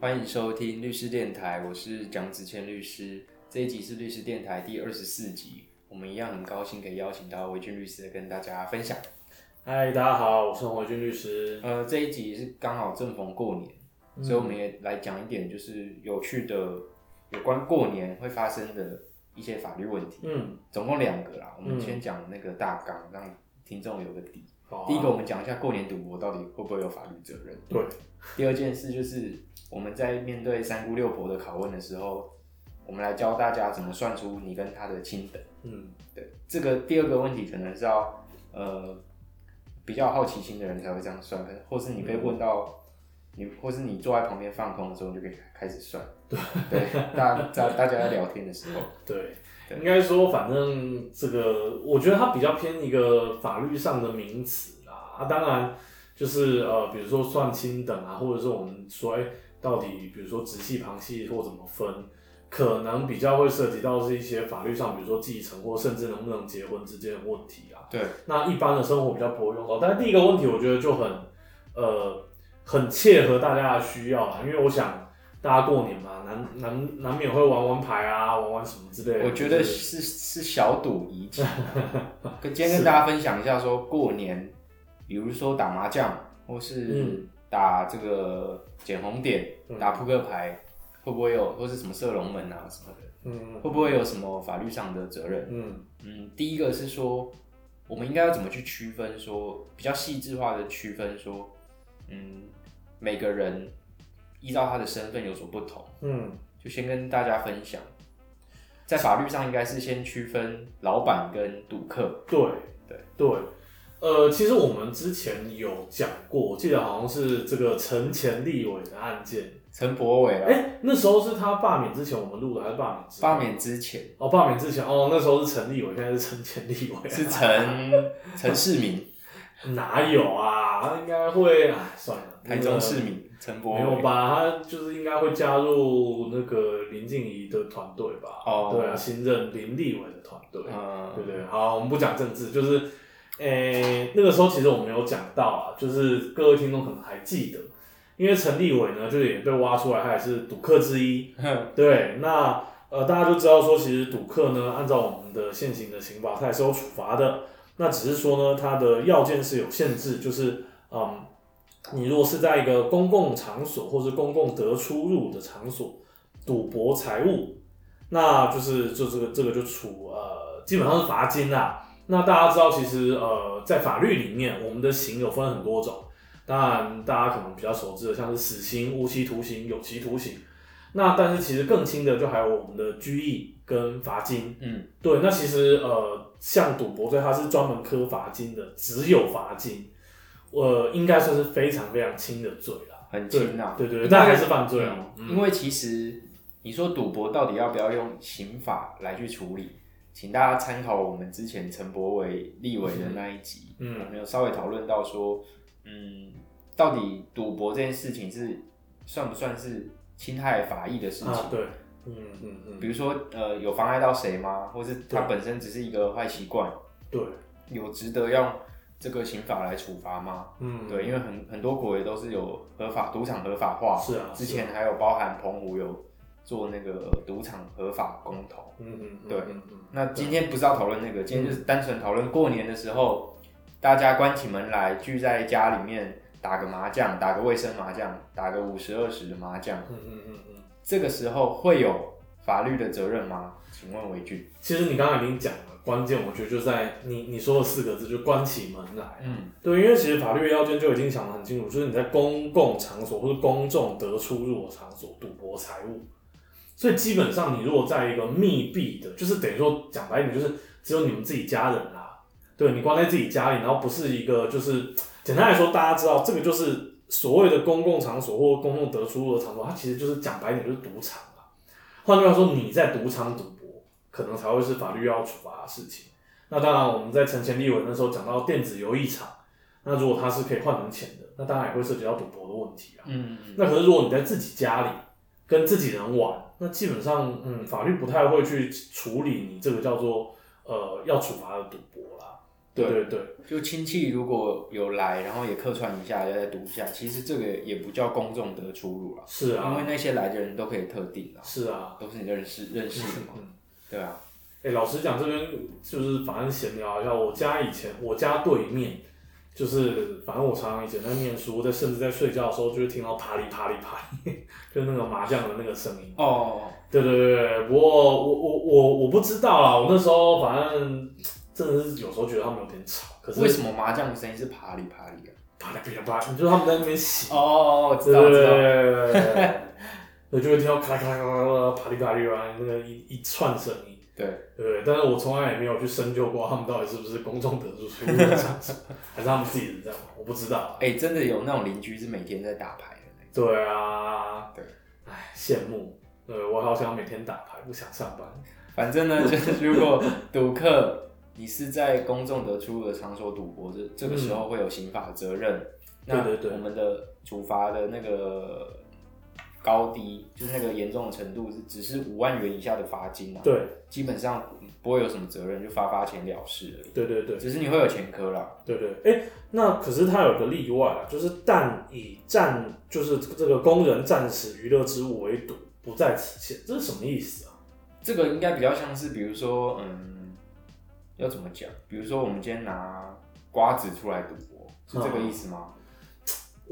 欢迎收听律师电台，我是蒋子谦律师。这一集是律师电台第二十四集，我们一样很高兴可以邀请到维俊律师跟大家分享。嗨，大家好，我是黄伟军律师。呃，这一集是刚好正逢过年，嗯所以我们也来讲一点就是有趣的有关过年会发生的一些法律问题。嗯，总共两个啦，我们嗯先讲那个大纲，让听众有个底。好啊第一个，我们讲一下过年赌博到底会不会有法律责任。对，第二件事就是我们在面对三姑六婆的拷问的时候，我们来教大家怎么算出你跟他的亲等。嗯，对，这个第二个问题可能是要呃比较好奇心的人才会这样算，或是你被问到、你，或是你坐在旁边放空的时候，你就可以开始算。对，大大大家在聊天的时候，对，对应该说，反正这个，我觉得它比较偏一个法律上的名词啦。啊，当然就是呃，比如说算亲等啊，或者是我们说，哎、到底比如说直系、旁系或怎么分，可能比较会涉及到是一些法律上，比如说继承或甚至能不能结婚之间的问题啊。对，那一般的生活比较不会用到。但是第一个问题，我觉得就很呃很切合大家的需要啦，因为我想大家过年嘛，难难难免会玩玩牌啊，玩玩什么之类的。我觉得就是是是小赌怡情。啊 跟今天跟大家分享一下，说过年，比如说打麻将，或是嗯打这个捡红点、嗯打扑克牌，会不会有，或是什么射龙门啊什么的，嗯会不会有什么法律上的责任？嗯嗯，第一个是说，我们应该要怎么去区分说比较细致化的区分说，嗯，每个人依照他的身份有所不同。嗯就先跟大家分享，在法律上应该是先区分老板跟赌客。对对对。呃，其实我们之前有讲过，我记得好像是这个陈前立委的案件。陈柏伟哎、啊，那时候是他罢免之前我们录的，还是罢免之后罢？免之前哦，罢免之前哦，那时候是陈立委，现在是陈前立啊委。是 陈陈世民，哪有啊？他应该会，哎，算了，台中市民陈柏没有伟。吧？他就是应该会加入那个林静怡的团队吧？哦对啊，新任林立伟的团队，对嗯，不对？好，我们不讲政治，就是，诶、那个时候其实我们有讲到啊，就是各位听众可能还记得，因为陈立伟呢，就是也被挖出来，他也是赌客之一，对，那呃，大家就知道说，其实赌客呢，按照我们的现行的刑法，它也是有处罚的。那只是说呢，它的要件是有限制，就是嗯，你如果是在一个公共场所或是公共得出入的场所赌博财物，那就是就这个这个就处呃，基本上是罚金啦。那大家知道，其实呃，在法律里面，我们的刑有分很多种。当然，大家可能比较熟知的，像是死刑、无期徒刑、有期徒刑。那但是其实更轻的就还有我们的拘役跟罚金。嗯，对，那其实呃，像赌博罪它是专门科罚金的，只有罚金，呃，应该算是非常非常轻的罪啦。很对轻啊。对对因为对，但还是犯罪哦、因为其实你说赌博到底要不要用刑法来去处理，请大家参考我们之前陈柏伟立委的那一集，嗯我们有稍微讨论到说，嗯，到底赌博这件事情是算不算是侵害法益的事情？啊，对，嗯嗯嗯，比如说，呃，有妨碍到谁吗？或是他对本身只是一个坏习惯，对，有值得用这个刑法来处罚吗？嗯，对，因为很很多国也都是有合法赌场合法化，是啊，之是前啊，还有包含澎湖有做那个赌场合法公投。嗯嗯，嗯对嗯嗯嗯那今天不是要讨论那个，今天就是单纯讨论过年的时候，大家关起门来聚在家里面打个麻将，打个卫生麻将，打个五十二十的麻将，嗯嗯嗯嗯。这个时候会有法律的责任吗？请问维俊。其实你刚才已经讲了，关键我觉得就在你你说的四个字，就关起门来。嗯对，因为其实法律的要件就已经想得很清楚，就是你在公共场所或者公众得出入的场所赌博财物，所以基本上你如果在一个密闭的，就是等于说讲白一点，就是只有你们自己家人啦、对你关在自己家里，然后不是一个就是简单来说，大家知道这个就是所谓的公共场所或公众得出入的场所，它其实就是讲白一点就是赌场啊。换句话说，你在赌场赌博，可能才会是法律要处罚的事情。那当然，我们在陈前立文那时候讲到电子游艺场。那如果它是可以换成钱的，那当然也会涉及到赌博的问题啊。嗯嗯那可是如果你在自己家里跟自己人玩，那基本上，嗯，法律不太会去处理你这个叫做呃要处罚的赌博啦。对对对对，就亲戚如果有来，然后也客串一下，再读一下，其实这个也不叫公众的出入了，是因为啊，那些来的人都可以特定啊，是啊，都是你认识认识的嘛，嗯对啊，哎、老实讲，这边就是反正闲聊一下，我家以前我家对面就是，反正我常常以前在念书，在甚至在睡觉的时候，就会听到啪哩啪哩啪哩， 就那个麻将的那个声音。哦，对对对对，不过我我我我不知道啦，我那时候反正真的是有时候觉得他们有点吵，可是为什么麻将的声音是啪里啪里的？啊啪哩啪哩啪哩，就是他们在那边洗，哦，我知对道对知对道，对对对，我就会听到咔啦咔啦咔啦啪哩啪哩啪哩那个一一串声音。对，对，但是我从来也没有去深究过他们到底是不是公众得出出入的场所，还是他们自己人这样，我不知道啊。哎，真的有那种邻居是每天在打牌的那种，对啊，对，哎，羡慕。对，我好想每天打牌，不想上班。反正呢，就是 如果赌客你是在公众的出入的场所赌博，这这个时候会有刑法责任。那嗯对对对我们的处罚的那个高低，就是那个严重的程度是只是五万元以下的罚金啊，对，基本上不会有什么责任，就罚罚钱了事而已。对对对只是你会有前科啦，对对。哎，那可是他有个例外啊，就是但以暂就是这个工人暂时娱乐之物为赌，不在此限，这是什么意思啊？这个应该比较像是，比如说，嗯，要怎么讲？比如说我们今天拿瓜子出来赌博，是这嗯个意思吗？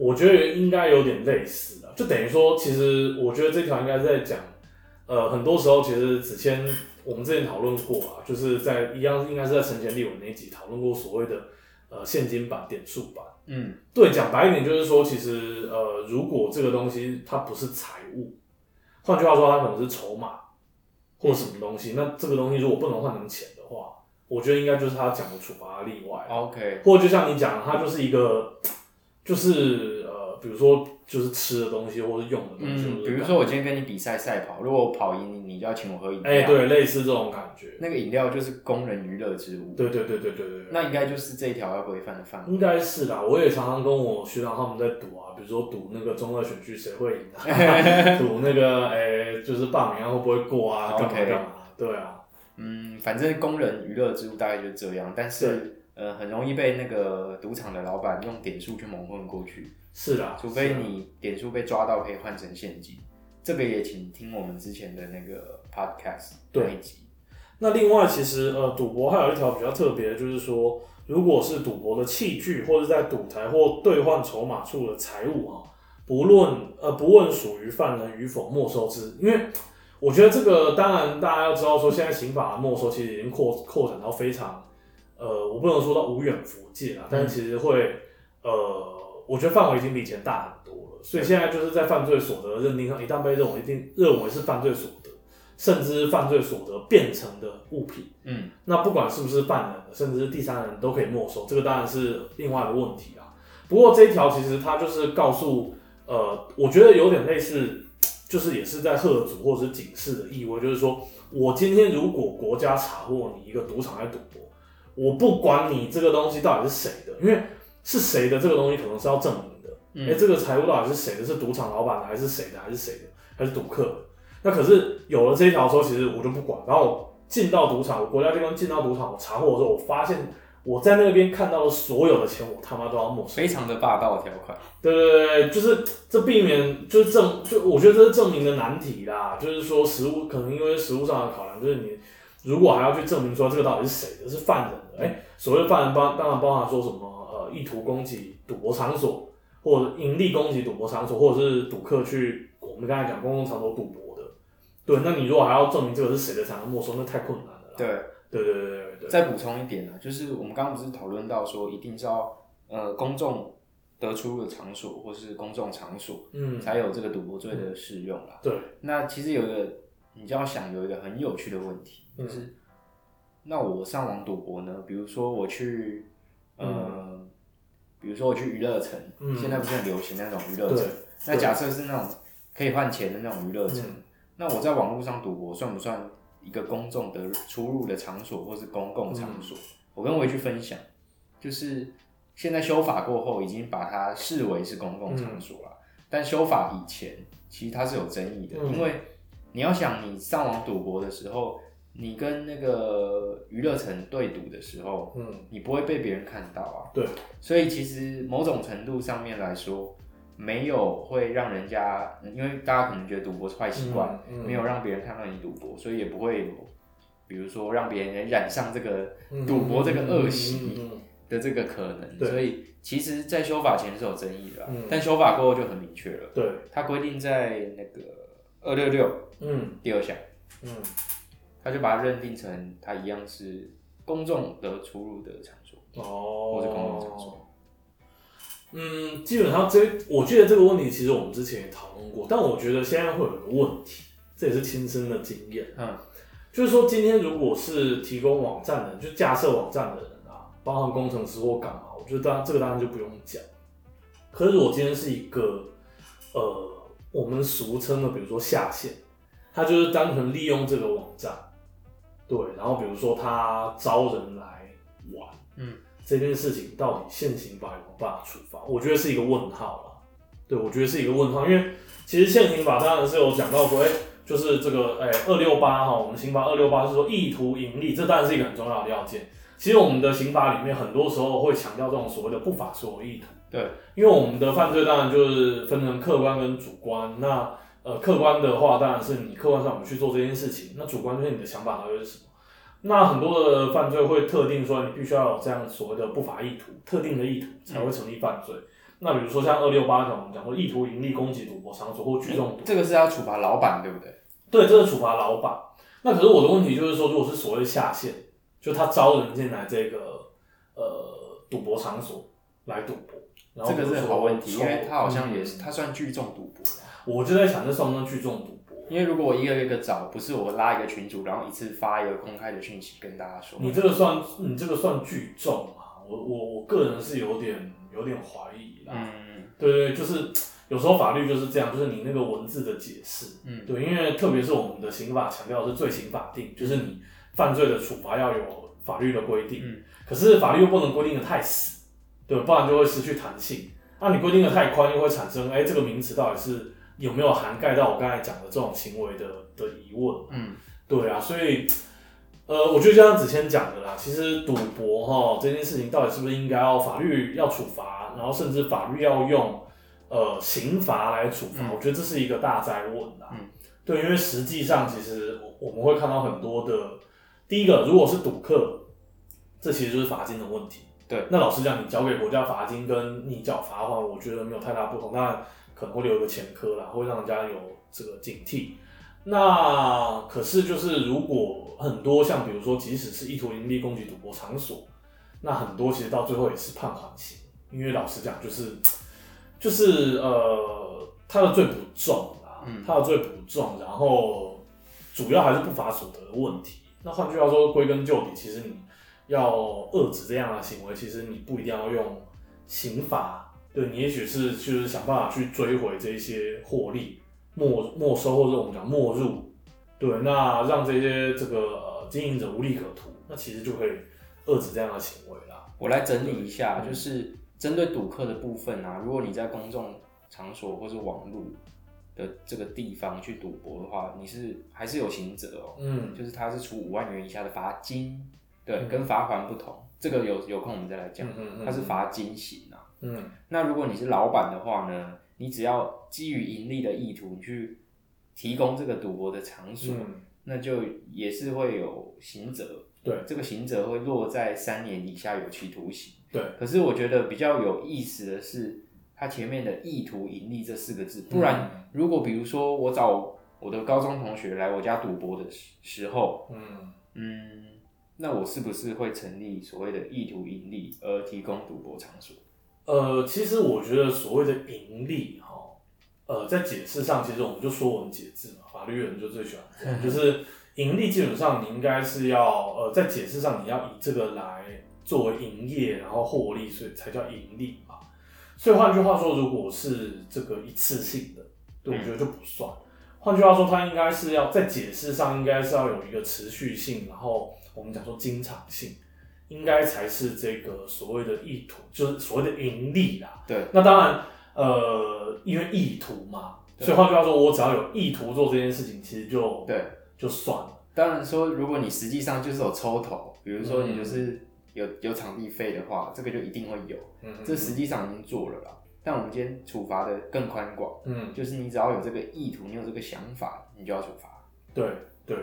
我觉得应该有点类似的，就等于说，其实我觉得这条应该是在讲，呃，很多时候其实子谦我们之前讨论过啊，就是在一样应该是在陈前立文那一集讨论过所谓的呃现金版、点数版。嗯，对，讲白一点就是说，其实呃，如果这个东西它不是财物，换句话说，它可能是筹码嗯或什么东西，那这个东西如果不能换成钱的话，我觉得应该就是他讲的处罚例外。哦 OK，或者就像你讲的，它就是一个，就是呃，比如说就是吃的东西或者用的东西，嗯，或者比如说我今天跟你比赛赛跑，如果我跑赢你，你就要请我喝饮料。哎、，对，类似这种感觉，那个饮料就是工人娱乐之物。，对对对对对对对，那应该就是这一条要规范的范围。应该是啦。我也常常跟我学长他们在赌啊，比如说赌那个中二选区谁会赢 啊，赌那个哎、就是罢免案会不会过啊，干嘛哦 OK 干嘛，对啊，嗯，反正工人娱乐之物大概就是这样，但是呃，很容易被那个赌场的老板用点数去蒙混过去，是啦，除非啊是啦你点数被抓到可以换成现金。这个也请听我们之前的那个 podcast 对那一集。那另外，其实呃，赌博还有一条比较特别，的就是说，如果是赌博的器具，或者在赌台或兑换筹码处的财物啊，不论呃不问属于犯人与否，没收之。因为我觉得这个，当然大家要知道说，现在刑法的没收其实已经扩扩展到非常呃，我不能说到无远弗届啊，但是其实会呃，我觉得范围已经比以前大很多了。所以现在就是在犯罪所得的认定上，一旦被认为一定认为是犯罪所得。甚至犯罪所得变成的物品，嗯，那不管是不是犯人的，甚至是第三人都可以没收，这个当然是另外的问题啊啦。不过这一条其实它就是告诉，呃，我觉得有点类似，就是也是在喝阻或者是警示的意味，就是说我今天如果国家查获你一个赌场在赌博，我不管你这个东西到底是谁的，因为是谁的这个东西可能是要证明的，哎、嗯这个财务到底是谁的？是赌场老板的，还是谁的，还是谁的，还是赌客的？那可是有了这一条之后，其实我就不管。然后我进到赌场，我国家机关进到赌场，我查获的时候，我发现我在那边看到的所有的钱，我他妈都要没收。非常的霸道条款。对对对对，就是这避免就是证，就我觉得这是证明的难题啦。就是说实物可能因为实物上的考量，就是你如果还要去证明说这个到底是谁的，是犯人的，哎，所谓的犯人包当然包含说什么呃意图攻击赌博场所，或者盈利攻击赌博场所，或者是赌客去我们刚才讲公共场所赌博的，对，那你如果还要证明这个是谁的才能没收，那太困难了啦。对，对对对对对对，再补充一点呢、就是我们刚刚不是讨论到说，一定是要呃公众得出入的场所或是公众场所嗯，才有这个赌博罪的适用啦。对，那其实有一个你就要想有一个很有趣的问题，嗯就是、那我上网赌博呢，比如说我去呃，比如说我去娱乐城，嗯现在不是很流行那种娱乐对嗯城，那假设是那种可以换钱的那种娱乐城，那我在网络上赌博算不算一个公众的出入的场所或是公共嗯场所？我跟维去分享，就是现在修法过后已经把它视为是公共嗯场所了，但修法以前其实它是有争议的，嗯因为你要想你上网赌博的时候，你跟那个娱乐城对赌的时候，嗯，你不会被别人看到啊。对，所以其实某种程度上面来说，没有会让人家，因为大家可能觉得赌博是坏习惯，嗯嗯没有让别人看到你赌博，所以也不会有，比如说让别人染上这个赌博这个恶习嗯嗯嗯嗯的这个可能。对所以其实，在修法前是有争议的啊、嗯但修法过后就很明确了，对，它规定在那个二六六嗯第二项，嗯它就把它认定成它一样是公众的出入的场所，或是公共场哦，所。嗯，基本上这我记得这个问题，其实我们之前也讨论过，但我觉得现在会有一个问题，这也是亲身的经验，嗯就是说今天如果是提供网站的人，就架设网站的人啊，包含工程师或干嘛，我觉得当然这个当然就不用讲。可是如果今天是一个呃，我们俗称的，比如说下线，他就是单纯利用这个网站，对，然后比如说他招人来玩。嗯。这件事情到底现行法有没有办法处罚？我觉得是一个问号啦。对，我觉得是一个问号，因为其实现行法当然是有讲到说，哎、就是这个，哎、2二六八哈，我们刑法二六八是说意图盈利，这当然是一个很重要的要件。其实我们的刑法里面很多时候会强调这种所谓的不法所有意图，对，因为我们的犯罪当然就是分成客观跟主观。那呃，客观的话当然是你客观上我们去做这件事情，那主观就是你的想法到底是什么。那很多的犯罪会特定说，你必须要有这样所谓的不法意图、特定的意图才会成立犯罪。那比如说像二六八条，我们讲过意图盈利、攻击赌博场所或聚众赌博这个是要处罚老板，对不对？对，这是处罚老板。那可是我的问题就是说，如果是所谓下线，就他招人进来这个呃赌博场所来赌博，然后这个比如是说好问题，抽因为他好像也是，嗯他算聚众赌博。我就在想这算不算聚众赌博？因为如果我一个一个找，不是我拉一个群主，然后一次发一个公开的讯息跟大家说，你这个算你这个算聚众啊？我我我个人是有点有点怀疑啦。嗯对对，就是有时候法律就是这样，就是你那个文字的解释，嗯对，因为特别是我们的刑法强调的是罪行法定，就是你犯罪的处罚要有法律的规定，嗯可是法律又不能规定的太死，对，不然就会失去弹性。那、你规定的太宽，又会产生，哎，这个名词到底是有没有涵盖到我刚才讲的这种行为的的疑问？嗯，对啊，所以，呃，我觉得就像子谦讲的啦，其实赌博哈这件事情到底是不是应该要法律要处罚，然后甚至法律要用呃刑罚来处罚，嗯我觉得这是一个大灾问啦。嗯对，因为实际上其实我我们会看到很多的，第一个如果是赌客，这其实就是罚金的问题。对那老实讲，你缴给国家罚金跟你缴罚款，我觉得没有太大不同，当然可能会留一个前科啦，会让人家有这个警惕。那可是就是，如果很多像比如说，即使是意图盈利攻击赌博场所，那很多其实到最后也是判缓刑，因为老实讲就是就是呃，他的罪不重啦，嗯他的罪不重，然后主要还是不法所得的问题。那换句话说，归根究底，其实你要遏制这样的行为，其实你不一定要用刑法，对你也许是就是想办法去追回这一些获利没没收，或者我们讲没入，对，那让这些这个呃经营者无利可图，那其实就可以遏制这样的行为啦。我来整理一下，嗯就是针对赌客的部分啊，如果你在公众场所或是网络的这个地方去赌博的话，你是还是有刑责哦，嗯，就是他是处五万元以下的罚金，对，嗯跟罚款不同，这个有有空我们再来讲，嗯它是，罚金刑啊。嗯那如果你是老板的话呢，你只要基于盈利的意图，你去提供这个赌博的场所，嗯，那就也是会有刑责。对这个刑责会落在三年以下有期徒刑。对，可是我觉得比较有意思的是，它前面的“意图盈利”这四个字，不然嗯如果比如说我找我的高中同学来我家赌博的时时候，嗯嗯，那我是不是会成立所谓的意图盈利而提供赌博场所？呃，其实我觉得所谓的盈利哈，呃，在解释上，其实我们就说文解字嘛，法律人就最喜欢这样，就是盈利基本上你应该是要呃，在解释上你要以这个来作为营业，然后获利，所以才叫盈利嘛。所以换句话说，如果是这个一次性的，对，我觉得就不算。换句话说，它应该是要在解释上应该是要有一个持续性，然后我们讲说经常性，应该才是这个所谓的意图，就是所谓的盈利啦。对，那当然，呃，因为意图嘛，对所以换句话说，我只要有意图做这件事情，其实就对。就算了。当然说，如果你实际上就是有抽头，比如说你就是有、有场地费的话，这个就一定会有，嗯嗯这实际上已经做了啦。但我们今天处罚的更宽广，嗯，就是你只要有这个意图，你有这个想法，你就要处罚。对对，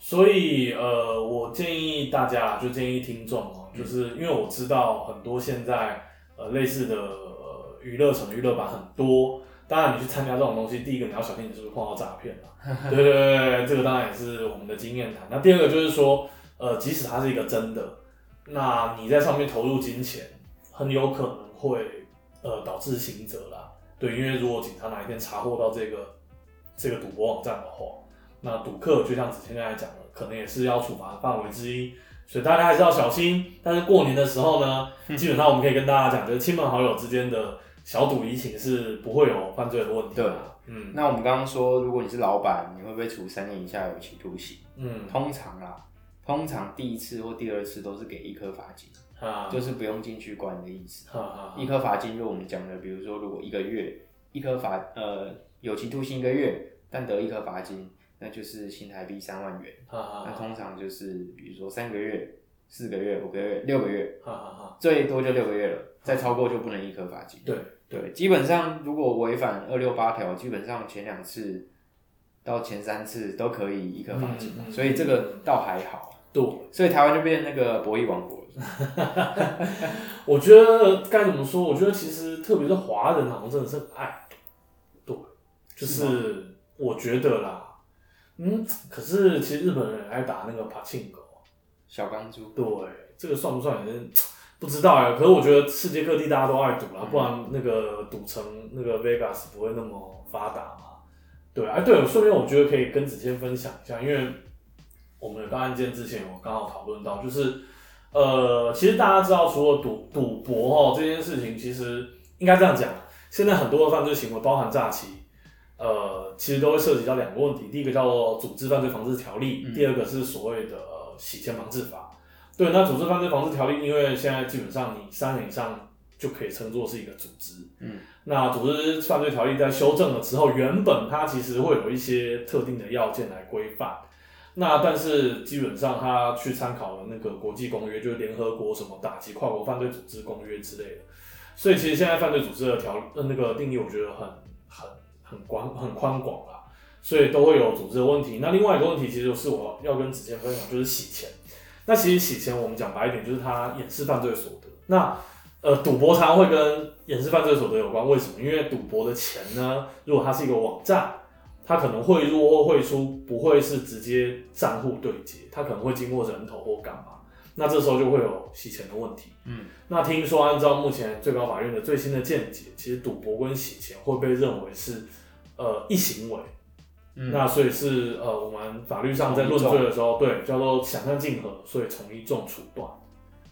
所以呃，我建议大家就建议听众哦，就是嗯因为我知道很多现在呃类似的呃娱乐城娱乐版很多，当然你去参加这种东西，第一个你要小心你是不是碰到诈骗啊了，对对对对对，这个当然也是我们的经验谈。那第二个就是说，呃，即使它是一个真的，那你在上面投入金钱，很有可能会呃导致刑责啦。对，因为如果警察哪一天查获到这个这个赌博网站的话，那赌客就像子谦刚才讲的，可能也是要处罚的范围之一，所以大家还是要小心。但是过年的时候呢，基本上我们可以跟大家讲，就是亲朋好友之间的小赌怡情是不会有犯罪的问题的。对嗯那我们刚刚说，如果你是老板，你会不会处三年以下有期徒刑？嗯通常啦，通常第一次或第二次都是给一颗罚金，啊，就是不用进去关的意思。哈哈一颗罚金就我们讲的，比如说如果一个月一颗罚呃有期徒刑一个月，但得一颗罚金，那就是新台币三万元。哈哈那哈通常就是比如说三个月、四个月、五个月、六个月，哈哈，最多就六个月了，再超过就不能一颗罚金。对对，基本上如果违反二六八条，基本上前两次到前三次都可以一颗罚金嘛，嗯嗯嗯所以这个倒还好。对。所以台湾就变那个博弈王国了。我觉得该怎么说？我觉得其实特别是华人好像真的是很爱，对，就是吗是我觉得啦，嗯，可是其实日本人很爱打那个帕庆狗，小钢珠，对，这个算不算也是不知道哎、可是我觉得世界各地大家都爱赌啦，嗯不然那个赌城那个 Vegas 不会那么发达嘛。对，哎、对，顺便我觉得可以跟子谦分享一下，因为我们有个案件之前我刚好讨论到，就是呃，其实大家知道，除了赌赌博哦这件事情，其实应该这样讲，现在很多的犯罪行为，包含诈欺。呃，其实都会涉及到两个问题，第一个叫做《组织犯罪防治条例》，嗯第二个是所谓的、呃、洗钱防治法。对，那组织犯罪防治条例，因为现在基本上你三年以上就可以称作是一个组织。嗯，那组织犯罪条例在修正了之后，原本它其实会有一些特定的要件来规范。那但是基本上它去参考了那个国际公约，就是联合国什么打击跨国犯罪组织公约之类的。所以其实现在犯罪组织的条呃那个定义，我觉得很很很宽很宽广啦，所以都会有组织的问题。那另外一个问题，其实就是我要跟子健分享，就是洗钱。那其实洗钱，我们讲白一点，就是它掩饰犯罪所得。那呃，赌博常常会跟掩饰犯罪所得有关，为什么？因为赌博的钱呢，如果它是一个网站，它可能汇入或汇出不会是直接账户对接，它可能会经过人头或干嘛，那这时候就会有洗钱的问题。嗯，那听说，按照目前最高法院的最新的见解，其实赌博跟洗钱会被认为是呃一行为，嗯那所以是呃我们法律上在论罪的时候，对叫做想象竞合，所以从一重处断。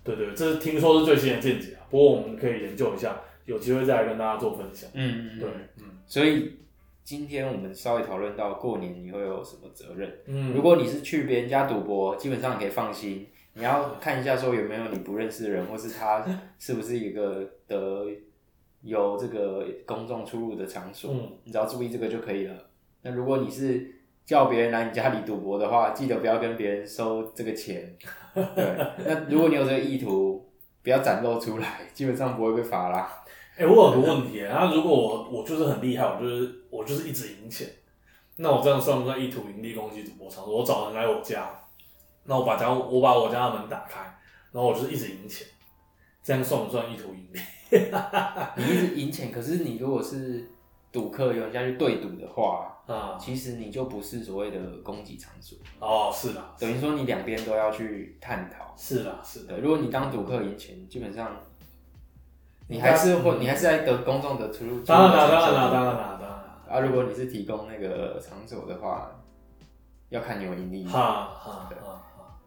对对，这是听说是最新的见解啊，不过我们可以研究一下，有机会再来跟大家做分享。嗯嗯，对对。，所以今天我们稍微讨论到过年你会有什么责任。嗯，如果你是去别人家赌博，基本上你可以放心。你要看一下说有没有你不认识的人，或是他是不是一个得有这个公众出入的场所，嗯你只要注意这个就可以了。那如果你是叫别人来你家里赌博的话，记得不要跟别人收这个 钱。对，那如果你有这个意图，不要展露出来，基本上不会被罚啦。哎、我有个问题耶，那如果我我就是很厉害，我就是我就是一直赢钱，那我这样算不算意图盈利攻击赌博场所？我找人来我家，那我把家我把我家的门打开，然后我就是一直赢钱，这样算不算意图盈利？你一直赢钱，可是你如果是赌客，有人家去对赌的话，啊、其实你就不是所谓的供给场所，哦，是啦，等于说你两边都要去探讨。是啦，是啊的，对，如果你当赌客赢钱，基本上你还是会，你还是在得公众的出入。当然啦，出入场当然所啦，当然啦，当然啦，啊，如果你是提供那个场所的话，要看你有没有盈利。哈哈哈哈，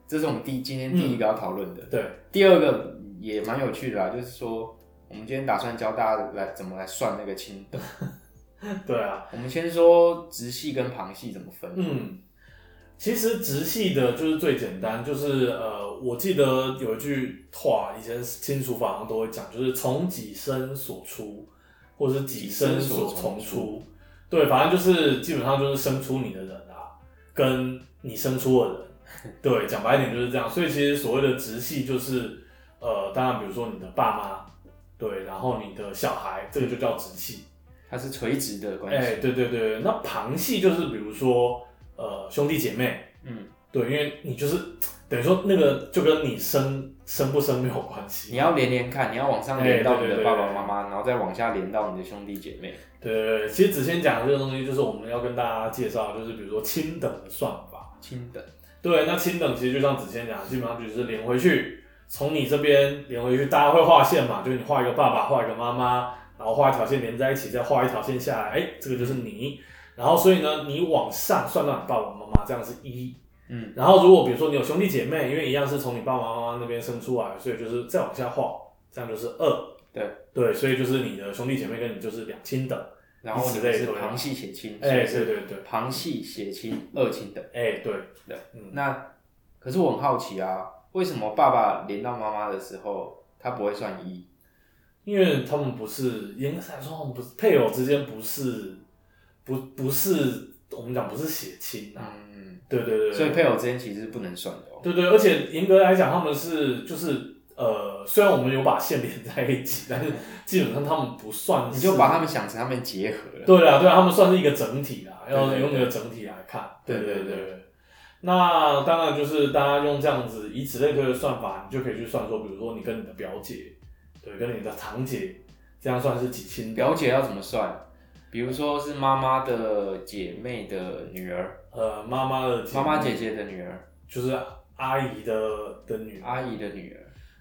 这是我们第今天嗯第一个要讨论的。对，第二个也蛮有趣的啦，就是说我们今天打算教大家来怎么来算那个轻等。对啊，我们先说直系跟旁系怎么分。嗯，其实直系的就是最简单，就是呃，我记得有一句话，以前亲属法好像都会讲，就是从己身所出，或者是己身所从己身所从出。对，反正就是基本上就是生出你的人啊。跟你生出的人。对，讲白一点就是这样。所以其实所谓的直系就是，呃，当然比如说你的爸妈，对，然后你的小孩，这个就叫直系。它是垂直的关哎、系，对对对，那旁系就是比如说呃兄弟姐妹，嗯，对，因为你就是等于说那个就跟你生生不生没有关系。你要连连看，你要往上连哎到你对对的对爸爸对妈妈，然后再往下连到你的兄弟姐妹。对对对，其实子先讲的这个东西，就是我们要跟大家介绍的，就是比如说亲等的算法。亲等，对，那亲等其实就像子先讲的，基本上就是连回去，从你这边连回去，大家会画线嘛，就是你画一个爸爸，画一个妈妈，然后画一条线连在一起，再画一条线下来，哎，这个就是你。然后所以呢，你往上算到你爸爸妈妈，这样是一。嗯，然后如果比如说你有兄弟姐妹，因为一样是从你爸爸妈妈那边生出来，所以就是再往下画，这样就是二。对对，所以就是你的兄弟姐妹跟你就是两亲等。然后你之们类是对旁系血亲，哎，所对以是对对，旁系血亲二亲等。哎，对，那可是我很好奇啊，为什么爸爸连到妈妈的时候，他不会算一？因为他们不是严格来说，他们不是配偶之间不是不不是我们讲不是血亲啊，嗯，对对对，对所以配偶之间其实是不能算的哦。对对，而且严格来讲，他们是就是呃，虽然我们有把线连在一起，但是基本上他们不算嗯是，你就把他们想成他们结合了。对啊对啊，他们算是一个整体啦，对对要对用一个整体来看，对对对对对对。那当然就是大家用这样子以此类推的算法，你就可以去算说，比如说你跟你的表姐，对，跟你的堂姐，这样算是几亲的？表姐要怎么算？比如说是妈妈的姐妹的女儿，呃，妈妈的妈妈姐姐妹姐的女儿，就是阿姨的的女儿。阿姨的女儿，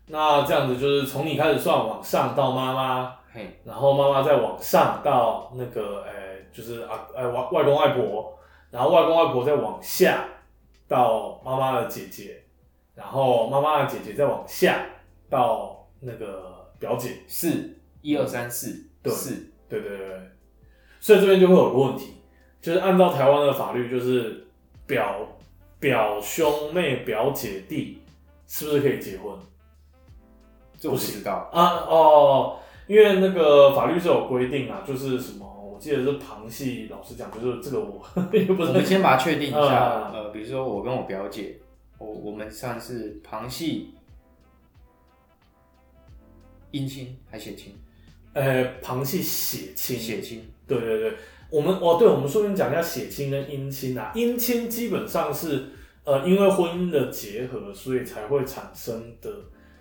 那这样子就是从你开始算往上到妈妈，嘿，然后妈妈再往上到那个呃、就是啊呃外外公外婆，然后外公外婆再往下到妈妈的姐姐，然后妈妈的姐姐再往下到那个表姐。四一二三四对四，对对对，对所以这边就会有个问题，就是按照台湾的法律，就是表表兄妹、表姐弟是不是可以结婚这我不知道。啊？哦，因为那个法律是有规定啊，就是什么，我记得是旁系，老实讲，就是这个我 也不 我是们先把它确定一下嗯，呃，比如说我跟我表姐，我我们算是旁系姻亲还血亲？呃旁系血亲，血亲，对对对，我们哦，对，我们顺便讲一下血亲跟姻亲啊。姻亲基本上是呃，因为婚姻的结合，所以才会产生的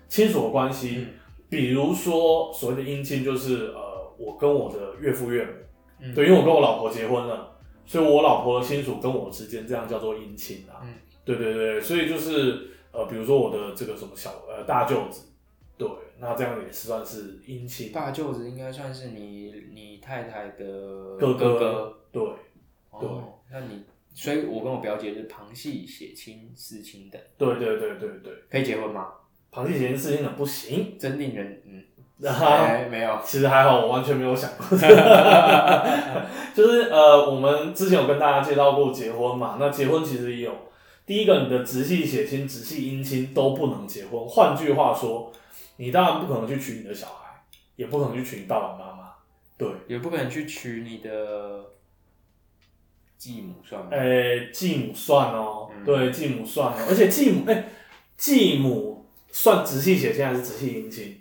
亲属的关嗯系。比如说所谓的姻亲，就是呃，我跟我的岳父岳母，嗯对，因为我跟我老婆结婚了，所以我老婆的亲属跟我之间这样叫做姻亲啊。嗯对对对，所以就是呃，比如说我的这个什么小呃大舅子，对，那这样也是算是姻亲。大舅子应该算是你你太太的哥哥对，哦，那你，所以我跟我表姐是旁系血亲四亲的，对对对对对。可以结婚吗？螃蟹前事情很不行，真令人 嗯，啊、哎，没有，其实还好，我完全没有想过这个，就是呃，我们之前有跟大家介绍过结婚嘛，那结婚其实也有第一个，你的直系血亲、直系姻亲都不能结婚，换句话说，你当然不可能去娶你的小孩，也不可能去娶你爸爸妈妈，对，也不可能去娶你的继母算吗？呃，继母算哦，嗯对，继母算哦，而且继母，哎、继母算直系血亲还是直系姻亲？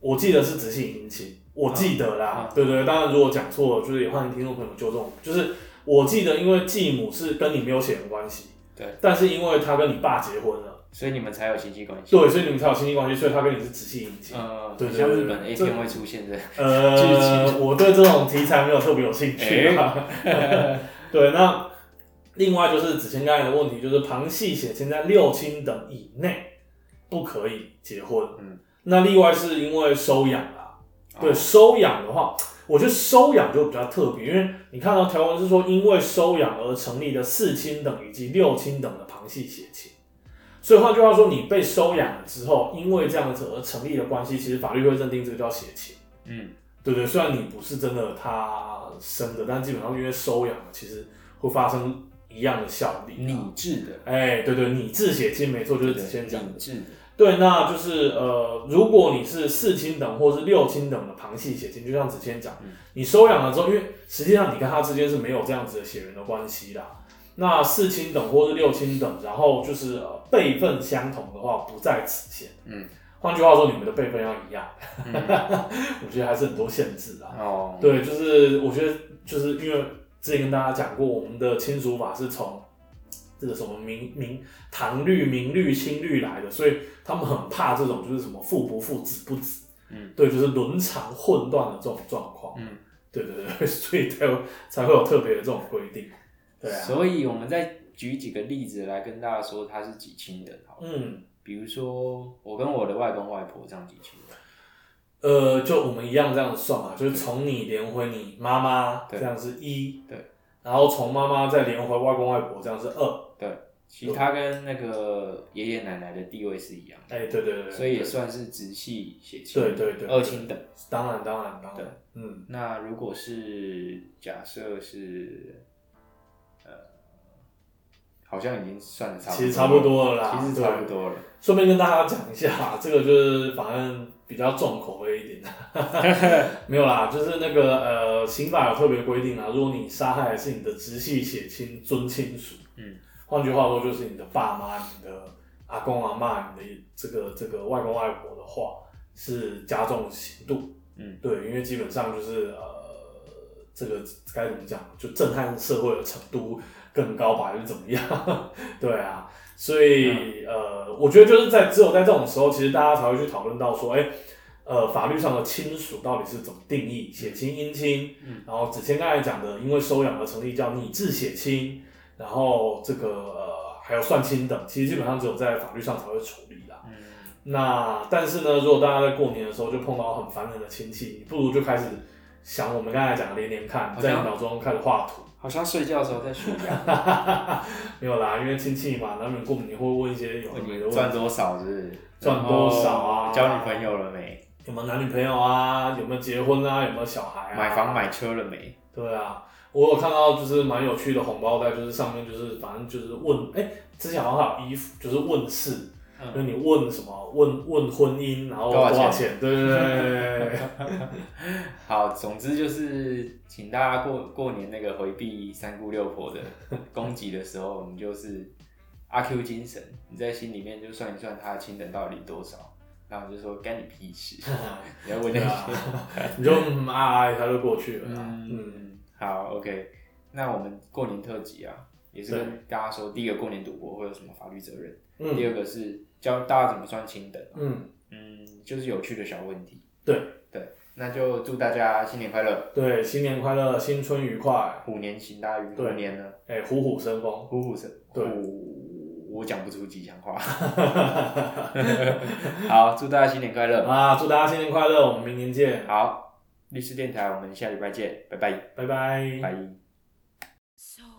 我记得是直系姻亲，我记得啦，啊对对，当然如果讲错了，就是也欢迎听众朋友纠正我。就是我记得，因为继母是跟你没有血缘关系，对，但是因为他跟你爸结婚了，所以你们才有亲戚关系。对，所以你们才有亲戚关系，所以他跟你是直系姻亲。呃，对很对像对日本对 A 这片会出现的，呃嗯剧，情我对这种题材没有特别有兴趣、啊。 对，那另外就是子谦刚才的问题，就是旁系血亲在六亲等以内不可以结婚。嗯那例外是因为收养啊，对，哦收养的话，我觉得收养就比较特别，因为你看到条文是说因为收养而成立的四亲等以及六亲等的旁系血亲。所以换句话说，你被收养了之后，因为这样子而成立的关系，其实法律会认定这个叫血亲。嗯，对对，虽然你不是真的他生的，但基本上因为收养，其实会发生一样的效力。啊理智的，哎，对对，你自血亲没错，就是对子谦讲的理。智的，对，那就是呃，如果你是四亲等或是六亲等的旁系血亲，就像子谦讲，嗯你收养了之后，因为实际上你跟他之间是没有这样子的血缘的关系啦。那四亲等或是六亲等，然后就是、呃、辈分相同的话，不在此限。嗯，换句话说，你们的辈分要一样。嗯 我觉得还是很多限制啊。哦，对，就是我觉得就是因为之前跟大家讲过，我们的亲属法是从这个什么明明唐律、明律、清律来的，所以他们很怕这种就是什么父不父、子不子，嗯，对，就是伦常混乱的这种状况。嗯，对对对， 所以才会才会有特别的这种规定。对啊，所以我们再举几个例子来跟大家说他是几亲人好了，嗯，比如说我跟我的外公外婆这样几亲人，呃，就我们一样这样算嘛，就是从你连回你妈妈这对样是一，对，然后从妈妈再连回外公外婆这样是二，其实他跟那个爷爷奶奶的地位是一样的，哎，对对对对，所以也算是直系血亲，对对对二亲等。当然，当然，当对然，嗯，那如果是假设是，呃，好像已经算的差不多，其实差不，多了啦，其实对差不。多了。顺便跟大家讲一下，这个就是反正比较重口味一点， 没有啦，就是那个呃，刑法有特别规定啊，如果你杀害的是你的直系血亲、尊亲属，嗯，换句话说就是你的爸妈、你的阿公阿妈、你的这个这个外公外婆的话，是加重刑度。嗯，对，因为基本上就是呃，这个该怎么讲，就震撼社会的程度更高吧，还是怎么样？ 对啊，所以、呃，我觉得就是在只有在这种时候，其实大家才会去讨论到说，哎、呃，法律上的亲属到底是怎么定义？血亲、姻亲，嗯然后子谦刚才讲的，因为收养而成立叫拟制血亲，然后这个呃还有算亲等，其实基本上只有在法律上才会处理啦。嗯，那但是呢，如果大家在过年的时候就碰到很烦人的亲戚，你不如就开始想我们刚才讲的连连看，好在像一秒钟开始画图。 好像睡觉的时候在数羊，没有啦，因为亲戚嘛，难免过年会问一些有的问 没的问你题，赚多少是不是？赚多少啊然后交女朋友了没？有没有男女朋友啊，有没有结婚啊，有没有小孩啊，买房买车了没？对啊，我有看到就是蛮有趣的红包袋，就是上面就是反正就是问，哎、之前好像还有衣服，就是问事，就是嗯，你问什么，问问婚姻，然后多少少钱钱？对对对对对对， 好，总之就是请大家过过年那个回避三姑六婆的攻击的时候，我们就是阿 Q 精神，你在心里面就算一算他的亲等到底多少，然后你就说干你屁 事， 你要问那对些。啊， 你就嗯啊，他就过去了啦。嗯，嗯，好，OK，那我们过年特辑啊，也是对跟大家说，第一个过年赌博会有什么法律责任，第嗯二个是教大家怎么算亲等、啊，嗯，嗯，就是有趣的小问题。对对，那就祝大家新年快乐，对，新年快乐，新春愉快，虎年行大运，虎对年呢，哎、虎虎生风。 虎虎生，对虎，我讲不出吉祥话。 好，祝大家新年快乐，啊，祝大家新年快乐，我们明年见，嗯好，律师电台，我们下礼拜见，拜拜，拜拜。拜。 So